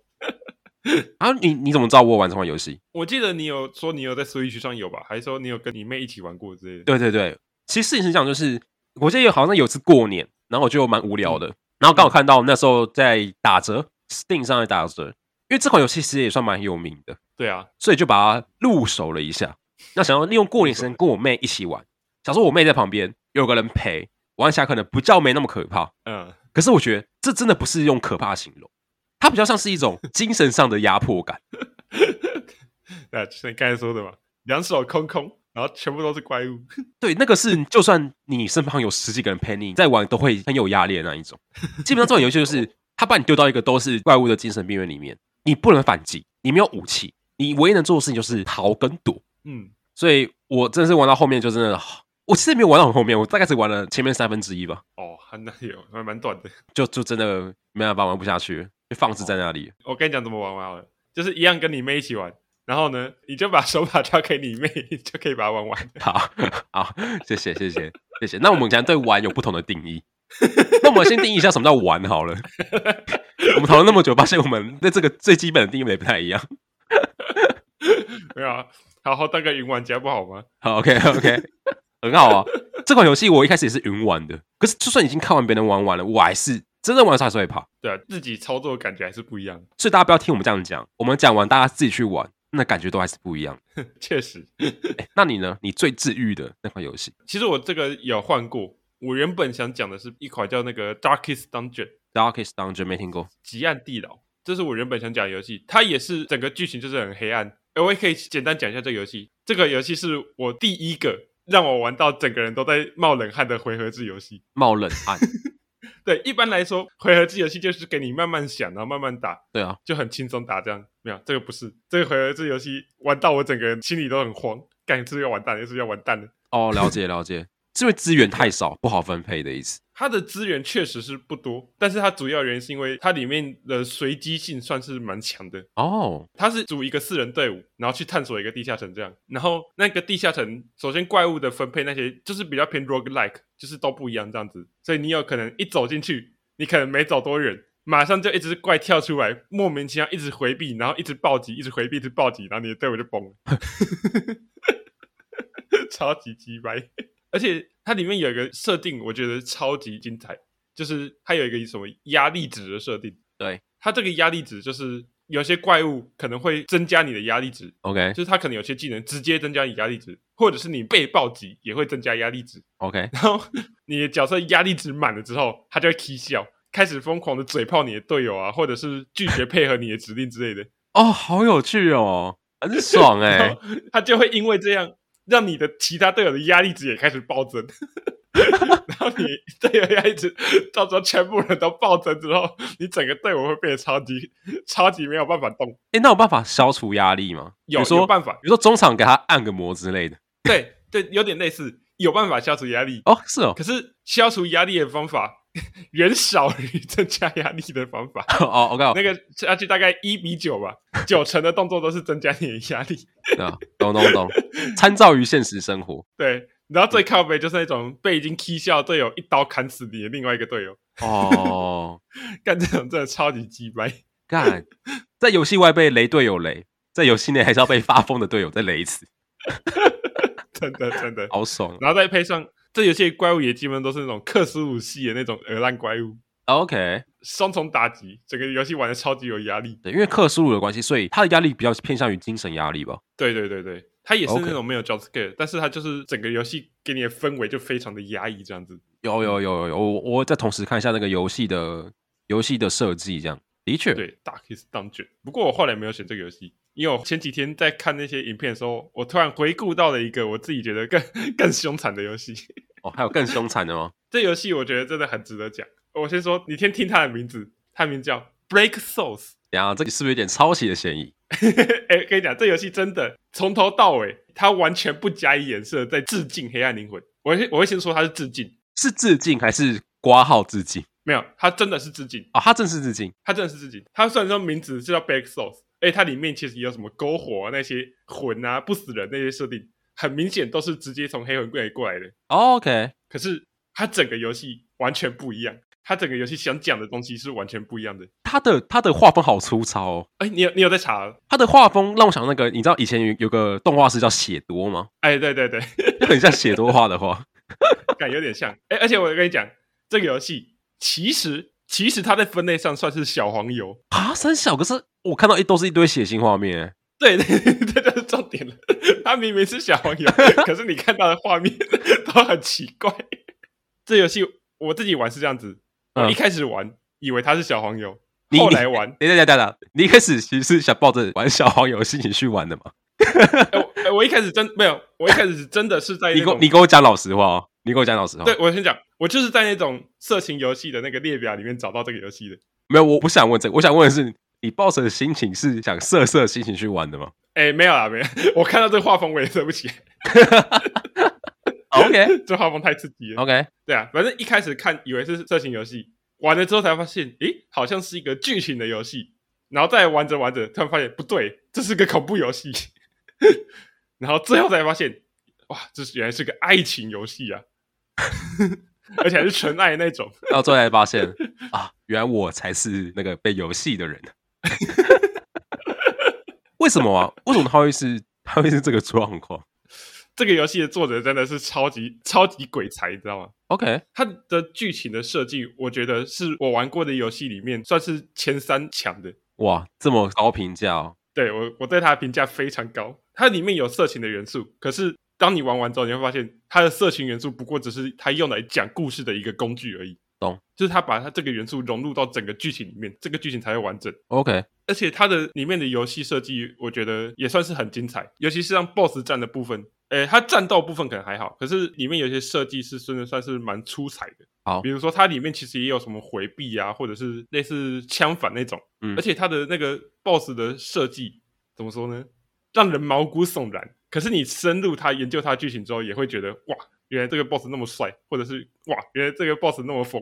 啊，你你怎么知道我有玩这款游戏？我记得你有说你有在 Switch 上有吧？还是说你有跟你妹一起玩过之类的？对对对，其实事情是这样，就是我记得有好像有一次过年，然后我就蛮无聊嗯的，然后刚好看到那时候在打折，Steam 上在打折，因为这款游戏其实也算蛮有名的，对啊，所以就把它入手了一下。那想要利用过年时间跟我妹一起玩，想说我妹在旁边有个人陪，玩起来可能不叫没那么可怕，嗯， [LAUGHS] 可是我觉得这真的不是用可怕形容，它比较像是一种精神上的压迫感。对啊，就是你刚才说的嘛，两手空空，然后全部都是怪物。 [LAUGHS] 对，那个是就算你身旁有十几个人陪你在玩，都会很有压力的那一种。基本上这种游戏就是，他把你丢到一个都是怪物的精神病院里面，你不能反击，你没有武器，你唯一能做的事情就是逃跟躲。嗯，所以我真的是玩到后面就真的，我其实没有玩到很后面，我大概只玩了前面三分之一吧，哦，还那有还蛮短的。就就真的没办法玩不下去了，就放置在那里。我跟你讲怎么玩完好了，就是一样跟你妹一起玩，然后呢，你就把手把交给你妹， [LAUGHS] 你就可以把它玩完。好 [LAUGHS] 好，谢谢谢谢谢谢。那我们讲对玩有不同的定义，那我们先定义一下什么叫玩好了。 [LAUGHS] 我们讨论那么久，发现我们对这个最基本的定义也不太一样。没有啊，好好当个云玩家不好吗？好，OK OK，很 [LAUGHS] 好啊。这款游戏我一开始也是云玩的，可是就算已经看完别人玩完了，我还是真正玩的时候还是会怕。对啊，自己操作的感觉还是不一样，所以大家不要听我们这样讲，我们讲完大家自己去玩，那感觉都还是不一样。确实。哎，那你呢？你最治愈的那款游戏其实我这个有换过，我原本想讲的是一款叫那个 Darkest Dungeon 《Darkest Dungeon》没听过？极暗地牢，这是我原本想讲的游戏，它也是整个剧情就是很黑暗。哎，我也可以简单讲一下这个游戏，这个游戏是我第一个让我玩到整个人都在冒冷汗的回合制游戏。冒冷汗，对，一般来说回合制游戏就是给你慢慢想，然后慢慢打，对啊，就很轻松打这样。没有，这个不是，这个回合制游戏玩到我整个人心里都很慌，干是不是要完蛋了，是不是要完蛋了？哦，了解了解，是因为资源太少，不好分配的意思。它的资源确实是不多，但是它主要原因是因为它里面的随机性算是蛮强的。哦，它是组一个四人队伍，然后去探索一个地下城这样。然后那个地下城，首先怪物的分配那些就是比较偏 roguelike，就是都不一样这样子。所以你有可能一走进去，你可能没走多远，马上就一只怪跳出来，莫名其妙一直回避，然后一直暴击，一直回避，一直暴击，然后你的队伍就崩了， [LAUGHS] 超级鸡掰。而且它里面有一个设定，我觉得超级精彩，就是它有一个什么压力值的设定。对，它这个压力值就是有些怪物可能会增加你的压力值， ，OK 就是它可能有些技能直接增加你压力值，或者是你被暴击也会增加压力值。 [LAUGHS] OK，然后你的角色压力值满了之后，他就会 k 笑，开始疯狂的嘴炮你的队友啊，或者是拒绝配合你的指令之类的。哦，好有趣哦，很爽哎、 [LAUGHS] 然后他就会因为这样，让你的其他队友的压力值也开始暴增。 [LAUGHS] 然后你队友压力值到时候全部人都暴增之后，你整个队伍会变得超级超级没有办法动。哎、那有办法消除压力吗？有比有如说，办法，比如说中场给他按个摩之类的。 [LAUGHS] 对对，有点类似，有办法消除压力。哦，是哦，可是消除压力的方法 [LAUGHS] 远少于增加压力的方法。哦，OK， [LAUGHS] 那个下去大概一比九吧，九成的动作都是增加你的压力。啊，懂懂懂，参照于现实生活。对，然后最嗯靠背就是那种被已经踢笑的队友一刀砍死你的另外一个队友，哦，干这种真的超级鸡掰。干，在游戏外被雷队友雷，在游戏内还是要被发疯的队友再雷一次，真的真的。好爽啊！然后再配上这游戏的怪物也基本都是那种克苏鲁系的那种鹅烂怪物， OK，双重打击，整个游戏玩的超级有压力。对，因为克苏鲁的关系，所以他的压力比较偏向于精神压力吧。对对对对，它也是 OK 那种没有 jump scare，但是它就是整个游戏给你的氛围就非常的压抑，这样子。有有有有有，我我再同时看一下那个游戏的游戏的设计，这样的确，对，大 kiss 当卷。不过我后来没有选这个游戏，因为我前几天在看那些影片的时候，我突然回顾到了一个我自己觉得更更凶残的游戏。 [LAUGHS] 哦，还有更凶残的吗？这游戏我觉得真的很值得讲。我先说，你先听它的名字，它名叫 Break Souls。 [LAUGHS] 等一下，这个是不是有点抄袭的嫌疑？哎、跟你讲，这游戏真的从头到尾，它完全不加以掩饰，在致敬《黑暗灵魂》。我会我会先说它是致敬，是致敬还是挂号致敬？没有，它真的是致敬，啊、他正是致敬。它真的是致敬。它虽然说名字是叫 Break Souls，哎，它里面其实有什么篝火、啊、那些魂啊、不死人那些设定，很明显都是直接从黑魂柜过来的。哦 OK，可是它整个游戏完全不一样，它整个游戏想讲的东西是完全不一样的。他的他的画风好粗糙哦，哎，你有你有在查？他的画风让我想到那个，你知道以前有有个动画师叫血多吗？哎，对对对， [LAUGHS] 就很像血多画的画。感有点像。哎、而且我跟你讲，这个游戏其实其实它在分类上算是小黄油，啊，三小，可是我看到一都是一堆血腥画面欸，对， [LAUGHS] 对对这就是重点了。它明明是小黄油，可是你看到的画面都很奇怪。这游戏我自己玩是这样子，我嗯一开始玩以为它是小黄油，你后来玩，等一下等一下等一下，你一开始其实是想抱着玩小黄游戏情去玩的嘛？哎我哎我一开始真没有，我一开始是真的是在你那给我种你给我讲老实话哦，你给我讲老实话。对，我先讲，我就是在那种色情游戏的那个列表里面找到这个游戏的。没有，我不想问这个，我想问的是，你抱着的心情是想色色的心情去 [LAUGHS] 玩的吗哎，没有啦，没有，我看到这个画风我也对不起， ？OK 这画风太刺激了。 OK，对啊，反正一开始看以为是色情游戏，玩了之后才发现，诶，好像是一个剧情的游戏。然后再玩着玩着，突然发现不对，这是个恐怖游戏。 [LAUGHS] 然后最后才发现，哇，这是原来是个爱情游戏啊， [LAUGHS] 而且还是纯爱那种。到最后才发现啊，原来我才是那个被游戏的人。啊为什么啊？为什么他会是他会是这个状况这个游戏的作者真的是超级超级鬼才，你知道吗？ ？OK，它的剧情的设计，我觉得是我玩过的游戏里面算是前三强的。哇，这么高评价哦。对我我对它的评价非常高。它里面有色情的元素，可是当你玩完之后，你会发现它的色情元素不过只是它用来讲故事的一个工具而已。懂？就是它把它这个元素融入到整个剧情里面，这个剧情才会完整。 OK，而且它的里面的游戏设计，我觉得也算是很精彩，尤其是让 BOSS 战的部分。诶，它战斗部分可能还好，可是里面有些设计是真的算是蛮出彩的。好比如说它里面其实也有什么回避啊，或者是类似枪反那种，嗯而且它的那个 BOSS 的设计怎么说呢，让人毛骨悚然。可是你深入它研究它的剧情之后，也会觉得哇，原来这个 BOSS 那么帅，或者是哇，原来这个 BOSS 那么疯，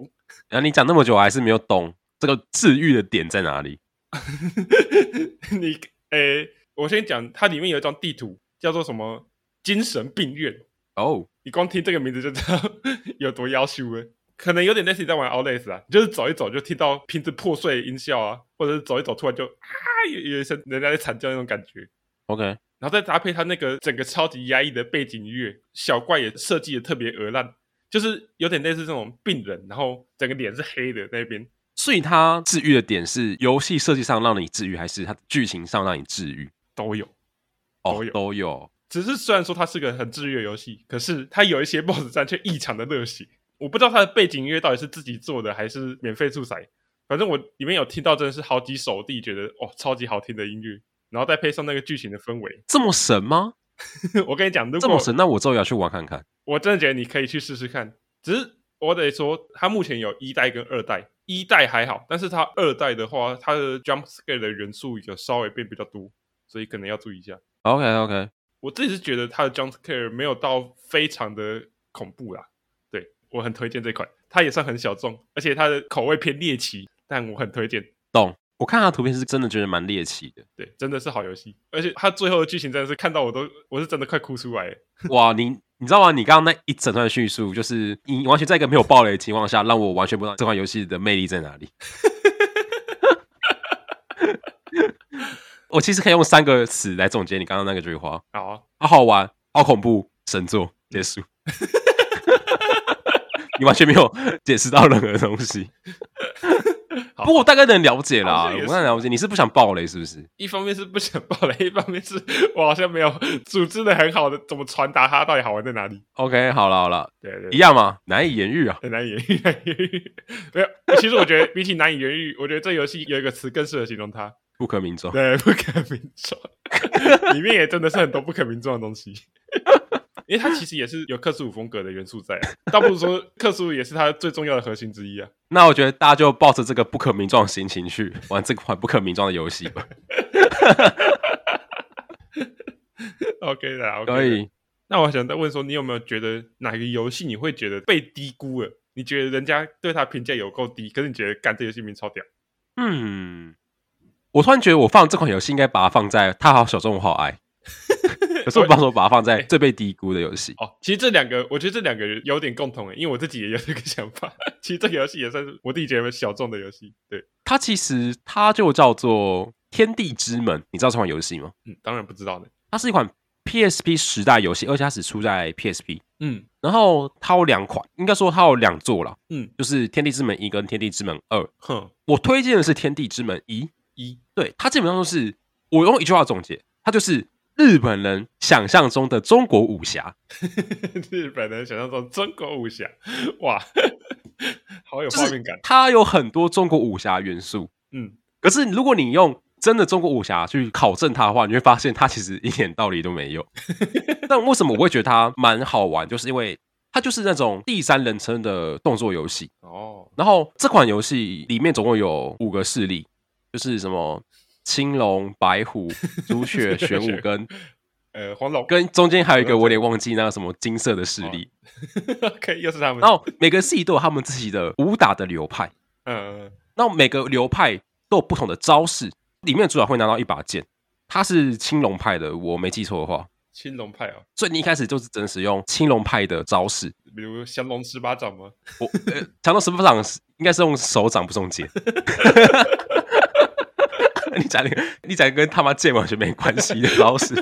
然后你讲那么久，我还是没有懂这个治愈的点在哪里。 [LAUGHS] 你诶、我先讲，它里面有一张地图叫做什么精神病院，哦，你光听这个名字就知道 [LAUGHS] 有多妖羞了。可能有点类似你在玩 Outlast 啊，你就是走一走就听到瓶子破碎的音效啊，或者是走一走突然就啊有有一声人家在惨叫那种感觉， OK，然后再搭配它那个整个超级压抑的背景音乐，小怪也设计的特别鹅烂，就是有点类似这种病人，然后整个脸是黑的那边，所以它治愈的点是游戏设计上让你治愈，还是它的剧情上让你治愈？都有。哦都有，都有。只是虽然说它是个很治愈的游戏，可是它有一些 [LAUGHS] BOSS 战却异常的热血。我不知道它的背景音乐到底是自己做的还是免费素材，反正我里面有听到真的是好几首地，觉得哦超级好听的音乐，然后再配上那个剧情的氛围。 [LAUGHS] 这么神吗？我跟你讲，如这么果神，那我之后也要去玩看看。我真的觉得你可以去试试看，只是我得说，它目前有一代跟二代，一代还好，但是它二代的话，它的 jump scare 的元素有稍微变比较多，所以可能要注意一下。 OK OK，我自己是觉得它的 jump scare 没有到非常的恐怖啦，对我很推荐这款，它也算很小众，而且它的口味偏猎奇，但我很推荐，懂。我看他图片是真的觉得蛮猎奇的。对，真的是好游戏，而且它最后的剧情真的是看到我都我是真的快哭出来了，哇，你你知道吗？你刚刚那一整段叙述，就是你完全在一个没有暴雷的情况下，让我完全不知道这款游戏的魅力在哪里。 [LAUGHS] 我其实可以用三个词来总结你刚刚那个句话：好、啊， [LAUGHS] 好好玩，好恐怖，神作。结束。你完全没有解释到任何东西。好不过我大概能了解好啦，像也我是能了解，你是不想爆雷是不是？一方面是不想爆雷，一方面是我好像没有组织的很好的怎么传达它到底好玩在哪里。 OK，好了好了，对对一样嘛，难以言喻啊。很难言喻，难以言喻。 [LAUGHS] 没有，其实我觉得比起难以言喻，我觉得这游戏有一个词更适合形容它，不可名状。对，不可名状。 [LAUGHS] 里面也真的是很多不可名状的东西， [LAUGHS] 因为它其实也是有克苏鲁风格的元素在、啊，倒不如说克苏鲁也是它最重要的核心之一啊。那我觉得大家就抱着这个不可名状的心情去玩这款不可名状的游戏 [LAUGHS] 吧。 OK 的，OK 的可。以，那我想再问说，你有没有觉得哪个游戏你会觉得被低估了？你觉得人家对它评价有够低，可是你觉得干这游戏名超屌？嗯，我突然觉得我放这款游戏应该把它放在《他好小众我好 [LAUGHS] 爱》，可是我不知道说把它放在最被低估的游戏。哦，其实这两个，我觉得这两个有点共同诶，因为我自己也有这个想法。 [LAUGHS] 其实这个游戏也算是我自己觉得小众的游戏。对，它其实它就叫做《天地之门》，你知道这款游戏吗？嗯，当然不知道呢。它是一款 PSP 时代游戏，而且它只出在 PSP。嗯然后它有两款，应该说它有两座啦，嗯，就是《天地之门一》跟《天地之门二》。哼，我推荐的是《天地之门一》，一对，它基本上就是我用一句话总结，它就是日本人想象中的中国武侠， [LAUGHS] 日本人想象中中国武侠，哇， [LAUGHS] 好有就画是面感。它有很多中国武侠元素。嗯，可是如果你用真的中国武侠去考证它的话，你会发现它其实一点道理都没有。但为什么我会觉得它蛮好玩，就是因为它就是那种第三人称的动作游戏。哦，然后这款游戏里面总共有五个势力，就是什么青龙、白虎、朱雀、玄武跟呃，黄龙跟中间还有一个我有点忘记那个什么金色的势力， [LAUGHS] ，OK，又是他们。然后每个势力都有他们自己的武打的流派，嗯，嗯那每个流派都有不同的招式。里面主角会拿到一把剑，他是青龙派的，我没记错的话，青龙派哦，所以你一开始就是只能使用青龙派的招式。比如降龙十八掌吗？我呃，长到十分掌是应该是用手掌不是用剑。 [LAUGHS] 你讲那个，你讲一个跟他妈剑完全没关系的招式。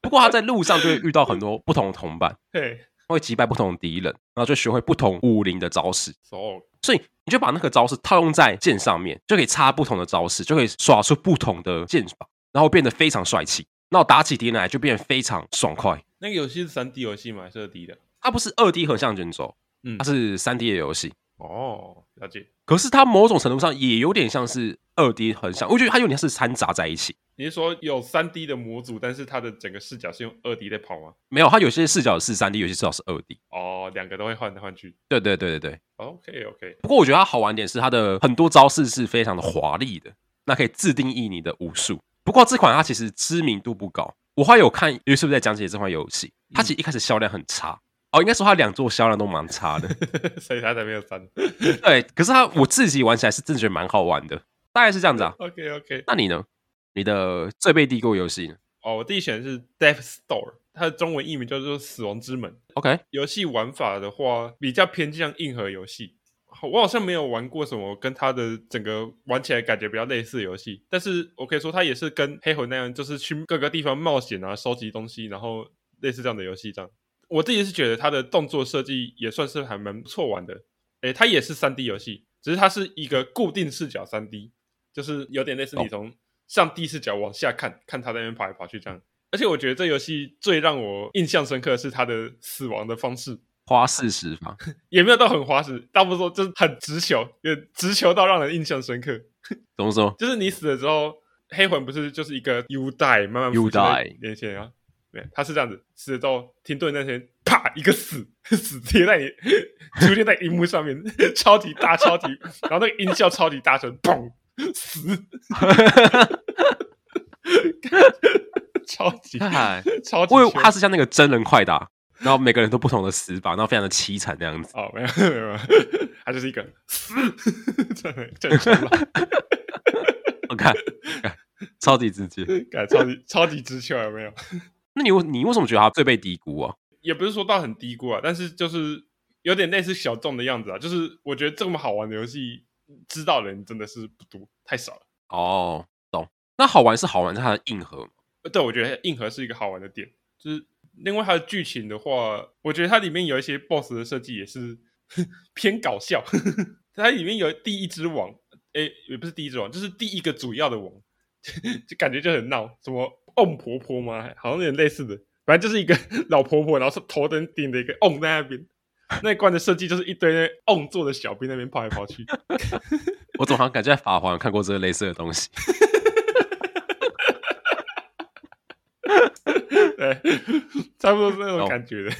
不过他在路上就会遇到很多不同的同伴，嘿，会击败不同的敌人，然后就学会不同武林的招式。手所以你就把那个招式套用在剑上面，就可以插不同的招式，就可以耍出不同的剑法，然后变得非常帅气。然后打起敌人来就变得非常爽快。那个游戏是三 D 游戏吗？还是二 D 的？它不是二 D 横向卷轴，嗯它是三 D 的游戏。哦，了解。可是它某种程度上也有点像是二 D 很像，我觉得它有点是掺杂在一起。你是说有三 D 的模组，但是它的整个视角是用二 D 在跑吗？没有，它有些视角是三 D，有些视角是二 D。哦，两个都会换来换去。哦对对对对对。 OK OK，不过我觉得它好玩点是它的很多招式是非常的华丽的，那可以自定义你的武术。不过这款它其实知名度不高，我还有看 YouTube 在讲解这款游戏，它其实一开始销量很差。哦，应该说它两座销量都蛮差 [LAUGHS] 的， [LAUGHS] 所以它才没有三。对。可是它我自己玩起来是真的觉得蛮好玩的，大概是这样子啊。 OK OK，那你呢？你的最被低估游戏呢哦，我第一选的是 Death Store，它的中文译名叫做《死亡之门》。 ？OK，游戏玩法的话，比较偏向硬核游戏。好我好像没有玩过什么跟它的整个玩起来感觉比较类似的游戏，但是我可以说它也是跟黑魂那样，就是去各个地方冒险啊、收集东西，然后类似这样的游戏。这样，我自己是觉得它的动作设计也算是还蛮不错玩的。诶，它也是三 D 游戏，只是它是一个固定视角三 D，就是有点类似你懂从上帝视角往下看，看它在那边跑来跑去这样。而且我觉得这游戏最让我印象深刻的是它的死亡的方式，花式十方，也没有到很花式，大部分说就是很直球，也直球到让人印象深刻。怎么说？就是你死了之后，黑魂不是就是一个 U die 慢慢 You 浮现在 die 眼前啊？对，他是这样子，死了之后停顿那天，啪一个死 [LAUGHS] 死贴在你出现在荧幕上面， [LAUGHS] 超级大超级，然后那个音效超级大声，砰死， [LAUGHS] 超级嗨超级 [LAUGHS] 我以为凶它是像那个真人快打，然后每个人都不同的死法，然后非常的凄惨那样子。哦，没有 [LAUGHS] 没有，没有，他就是一个 [LAUGHS] 死，真的真的我看，看超级直接。感超级超级直球有没有？那你为你为什么觉得它最被低估啊？也不是说到很低估啊，但是就是有点类似小众的样子啊。就是我觉得这么好玩的游戏，知道的人真的是不多，太少了。哦，懂。那好玩是好玩，但它的硬核嘛 [LAUGHS] 呃对，我觉得硬核是一个好玩的点，就是另外它的剧情的话，我觉得它里面有一些 BOSS 的设计也是 [LAUGHS] 偏搞笑。 [LAUGHS] 它里面有第一只王，诶、也不是第一只王，就是第一个主要的王， [LAUGHS] 就感觉就很闹，什么翁婆婆吗？好像有点类似的，反正就是一个 [LAUGHS] 老婆婆，然后是头顶顶着一个翁在那边。那一关的设计就是一堆那翁做的小兵那边跑来跑去， [LAUGHS] 我总好像感觉在法环有看过这个类似的东西。对， [LAUGHS] 差不多是那种懂感觉的，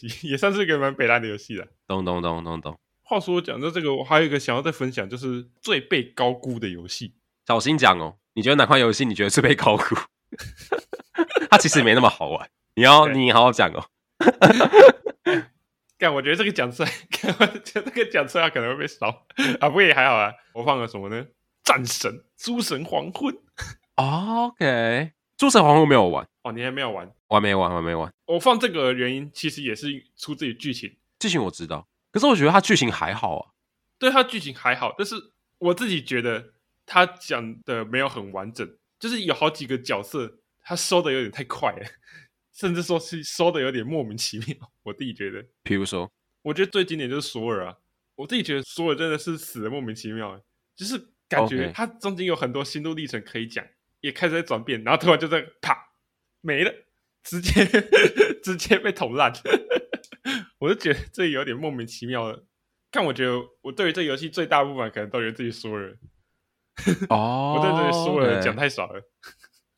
[LAUGHS] 也也算是个蛮北烂的游戏了。咚咚咚咚咚，话说讲到这个，我还有一个想要再分享，就是最被高估的游戏。小心讲哦，你觉得哪款游戏你觉得最被高估？ [LAUGHS] 它其实没那么好玩，你要对你好好讲哦。干，我觉得这个讲出来，干，我觉得这个讲出来可能会被烧啊，不过也还好啊。我放了什么呢？战神、诸神黄昏。哦 OK，诸神黄昏没有玩，哦，你还没有玩？我还没玩，我还没玩。我放这个的原因其实也是出自于剧情，剧情我知道，可是我觉得它剧情还好啊。对它剧情还好，但是我自己觉得它讲的没有很完整，就是有好几个角色它收的有点太快了，甚至说是收的有点莫名其妙。我自己觉得，比如说，我觉得最经典就是索尔啊，我自己觉得索尔真的是死的莫名其妙、欸，就是感觉 OK 他中间有很多心路历程可以讲，也开始在转变，然后突然就在啪没了，直接 [LAUGHS] 直接被捅烂， [LAUGHS] 我就觉得这有点莫名其妙了。但我觉得我对于这游戏最大不满，可能都源自己索尔， [LAUGHS] 哦我对这索尔 OK 讲太少了。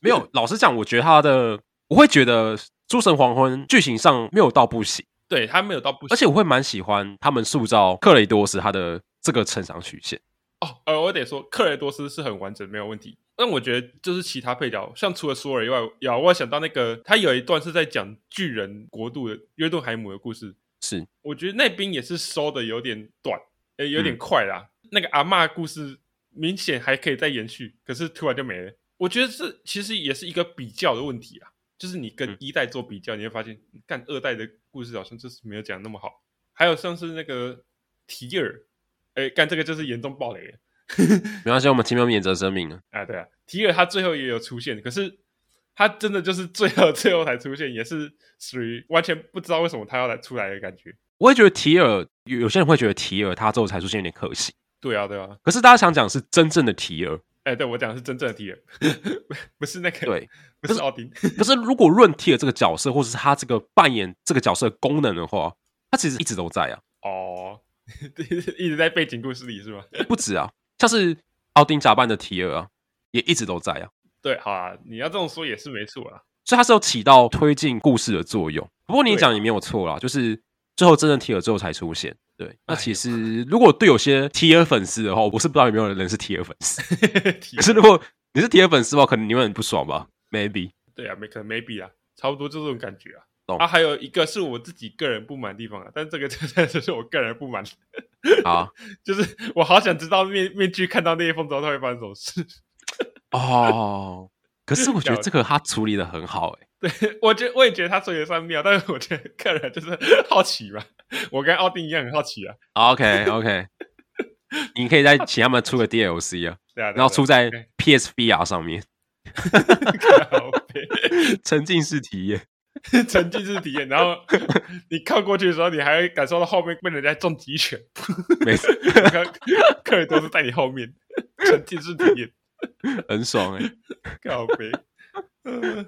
没有，老实讲，我觉得它的我会觉得《诸神黄昏》剧情上没有到不行，对他没有到不行，而且我会蛮喜欢他们塑造克雷多斯他的这个成长曲线。哦，呃，我得说，克雷多斯是很完整，没有问题。但我觉得就是其他配角，像除了索尔以外，有啊我想到那个，他有一段是在讲巨人国度的约顿海姆的故事。是我觉得那边也是收的有点短，呃，有点快啦。那个阿嬷故事明显还可以再延续，可是突然就没了。我觉得这其实也是一个比较的问题啊，就是你跟嗯一代做比较，你会发现干二代的故事好像就是没有讲那么好。还有像是那个提尔，哎，干这个就是严重暴雷了。没关系，我们听喵免责声明了。啊，对啊，提尔他最后也有出现，可是他真的就是最后 [LAUGHS] 最后才出现，也是属于完全不知道为什么他要来出来的感觉。我会觉得提尔有有些人会觉得提尔他最后才出现有点可惜，对啊，对啊，可是大家想讲是真正的提尔，哎，对我讲的是真正的提尔， [LAUGHS] 不是那个，对。不可是是奥丁。可是如果论提尔这个角色，或者是他这个扮演这个角色的功能的话，他其实一直都在啊，哦， [LAUGHS] 一直在背景故事里是吗？不止啊，像是奥丁假扮的提尔啊，也一直都在啊。对，好啊，你要这么说也是没错啊。 [LAUGHS] 所以它是有起到推进故事的作用。不过你对啊讲也没有错啦，就是最后真正提尔之后才出现。对，那哎其实如果对有些提尔粉丝的话，我是不知道有没有人是提尔粉丝。 [LAUGHS] 提可尔是如果你是提尔粉丝的话，可能你会很不爽吧？Maybe 对啊，没可能 maybe 啊，差不多就这种感觉啊。懂啊，还有一个是我自己个人不满的地方啊，但这个 [LAUGHS] 真的是我个人不满，啊，就是我好想知道面面具看到那一封之后他会发生什么事。哦，可是我觉了得这个他处理的很好、欸，我觉我也觉得他说的算妙，但是我觉得个人就是好奇吧，我跟奥丁一样很好奇啊。 [LAUGHS] OK OK，你可以再请他们出个 DLC 啊，对啊，啊然后出在 OK PSVR 上面，出沉浸式体验。 [LAUGHS] 沉浸式体验，然 [LAUGHS] 后你靠过去的时候，你还会感受到后面被人家中几拳，没错，客人都是在你后面，沉浸式体验，很爽哎、靠背。嗯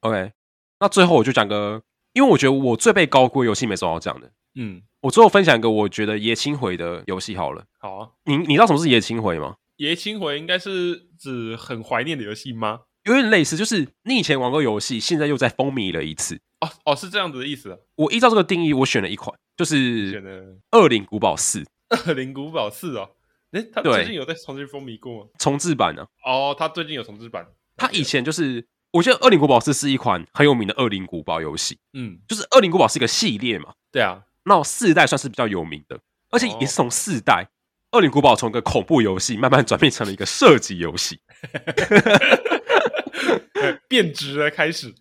OK，那最后我就讲个，因为我觉得我最被高估的游戏没什么好讲的，嗯，我最后分享一个我觉得爷青回的游戏好了。好啊。你你知道什么是爷青回吗？爷青回应该是指很怀念的游戏吗？有点类似，就是你以前玩过游戏，现在又再风靡了一次。哦哦，是这样子的意思啊。我依照这个定义，我选了一款，就选是的《恶灵古堡四》 《恶灵古堡四》哦，诶，他对最近有在重新风靡过吗？重置版呢、啊。哦，他最近有重置版。它以前就是，我觉得《恶灵古堡四》是一款很有名的《恶灵古堡》游戏，嗯，就是《恶灵古堡》是一个系列嘛，对啊，那四代算是比较有名的，而且哦也是从四代《恶灵古堡》从一个恐怖游戏慢慢转变成了一个射击游戏。对变质了开始。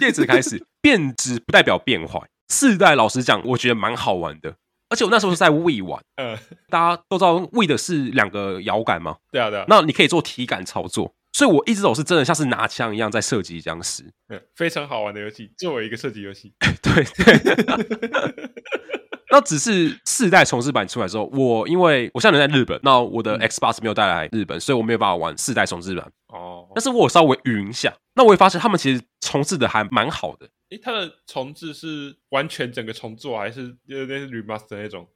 叶子开始变质不代表变坏。四代老实讲，我觉得蛮好玩的，而且我那时候是在 We 玩，呃，大家都知道 We 的是两个摇杆嘛，对啊，对啊，那你可以做体感操作，所以我一直都是真的像是拿枪一样在射击僵尸。嗯非常好玩的游戏。作为一个射击游戏， [LAUGHS] 对 [LAUGHS] 对。那只是四代重置版出来之后，我因为我现在人在日本，那我的 Xbox 没有带来日本，所以我没有办法玩四代重置版。哦，但是我有稍微云一下，那我也发现他们其实重置的还蛮好的。诶，它的重置是完全整个重做，啊还是有点 remaster 那种，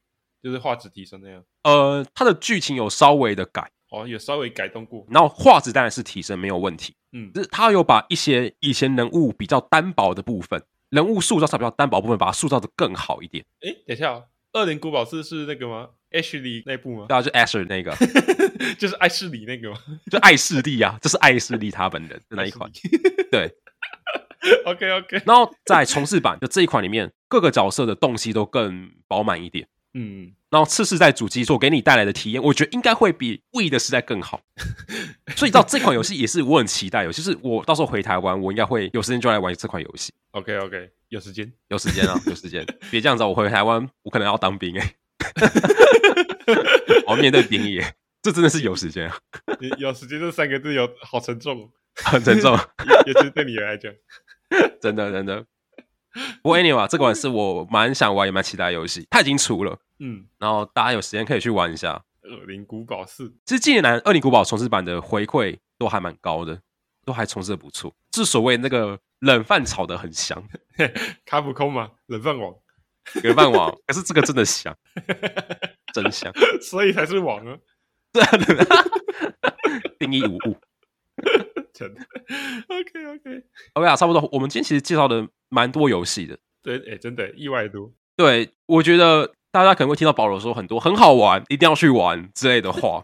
就是画质提升那样？呃，它的剧情有稍微的改，哦，有稍微改动过。然后画质当然是提升没有问题，嗯只是它有把一些以前人物比较单薄的部分，人物塑造上比较单薄的部分，把它塑造的更好一点。诶，等一下、哦，《恶灵古堡四》是那个吗？Ashley 那部吗？ [LAUGHS] 大啊家就 Asher 那个，就是艾士里那个吗？就艾士利啊，这是艾士利他本人的那一款。 [LAUGHS] 对， [LAUGHS] OK OK，然后在重置版就这一款里面，各个角色的动机都更饱满一点。嗯，然后次世代主机所给你带来的体验，我觉得应该会比 We 的时代更好。所以到这款游戏也是我很期待有，就是我到时候回台湾，我应该会有时间就来玩这款游戏。 OK OK，有时间。 [LAUGHS] 有时间啊，有时间，别这样子啊、我回台湾，我可能要当兵哎、我要面对兵役、 [LAUGHS] 欸，这真的是有时间、啊，你有时间这三个字有好沉重哦， [LAUGHS] 很沉啊重， [LAUGHS] 尤其是对你来讲。真的真的。不过 anyway，啊这款是我蛮想玩也蛮期待的游戏，它已经出了，嗯，然后大家有时间可以去玩一下。恶灵古堡四， [LAUGHS] 其实近年来《恶灵古堡》重置版的回馈都还蛮高的，都还重置的不错，是所谓那个冷饭炒的很香，卡普空嘛，冷饭王， [LAUGHS] 冷饭王，可是这个真的香，真香。所以才是王啊，对啊，定义无误。真的。OK OK， OK 啊，差不多。我们今天其实介绍的蛮多游戏的。对，哎、真的意外多。对，我觉得大家可能会听到保罗说很多很好玩，一定要去玩之类的话。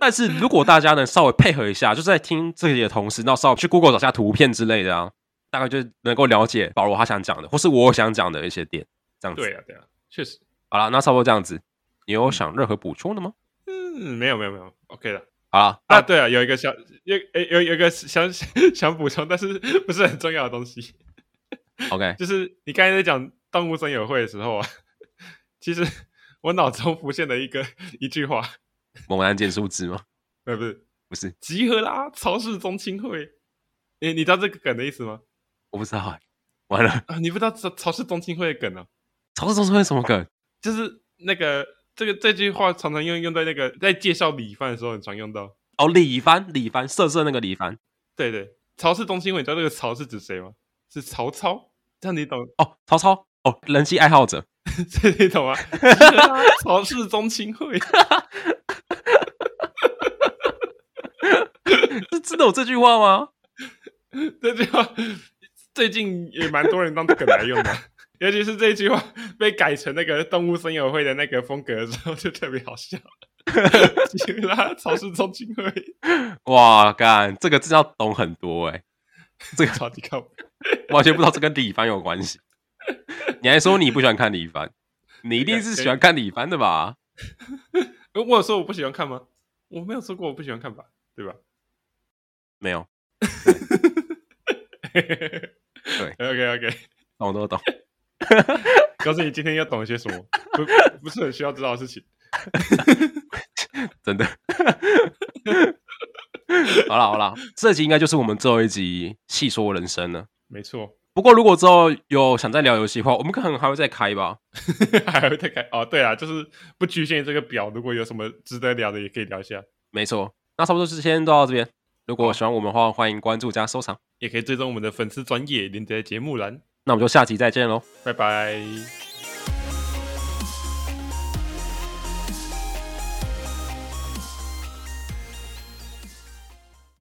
但是如果大家能稍微配合一下，就是在听这些的同时，那稍微去 Google 找下图片之类的啊，大概就能够了解保罗他想讲的，或是我想讲的一些点。这样子，对啊，对啊，确实。好了，那差不多这样子。你有想任何补充的吗？嗯，没有没有没有，OK 的。好啦，啊，那对啊，有一个想有诶有有一个想 [LAUGHS] 想补充，但是不是很重要的东西， OK，就是你刚才在讲动物森友会的时候啊， [LAUGHS] 其实我脑中浮现了一个一句话，猛男减数值吗？呃，不是不是，集合啦，超市中青会。你你知道这个梗的意思吗？我不知道、欸。完了，啊，你不知道超超市中青会的梗哦，超市中心会什么梗？就是那个这个这句话常常用用在那个在介绍米饭的时候很常用到。哦，李帆，李帆，色色那个李帆。对对，曹氏中心会，你知道这个曹是指谁吗？是曹操，这样你懂？ [LAUGHS] 哦，曹操哦，人气爱好者，这你懂吗？是啊 [LAUGHS] 曹氏中心会，是真的有这句话吗？这句话最近也蛮多人当梗来用的， [LAUGHS] 尤其是这句话被改成那个动物森友会的那个风格的时候，就特别好笑。 [LAUGHS] 吉拉曹氏中心会，哇，干，这个真的要懂很多哎、这个超级靠谱。完全不知道这跟李帆有关系。你还说你不喜欢看李帆，你一定是喜欢看李帆的吧？呃我有说我不喜欢看吗？我没有说过我不喜欢看吧，对吧？没有， [LAUGHS] 对，OK OK，懂哦都懂。告诉你今天要懂一些什么，不不是很需要知道的事情。真的。 [LAUGHS] 好了好了，这集应该就是我们最后一集细说人生了。没错， [LAUGHS] 不过如果之后有想再聊游戏的话，我们可能还会再开吧。还会再开哦。对啊，就是不局限于这个表，如果有什么值得聊的，也可以聊一下，没错，那差不多就先到这边。如果喜欢我们的话，欢迎关注加收藏。也可以追踪我们的粉丝专业连接节目栏。那我们就下集再见喽。拜拜。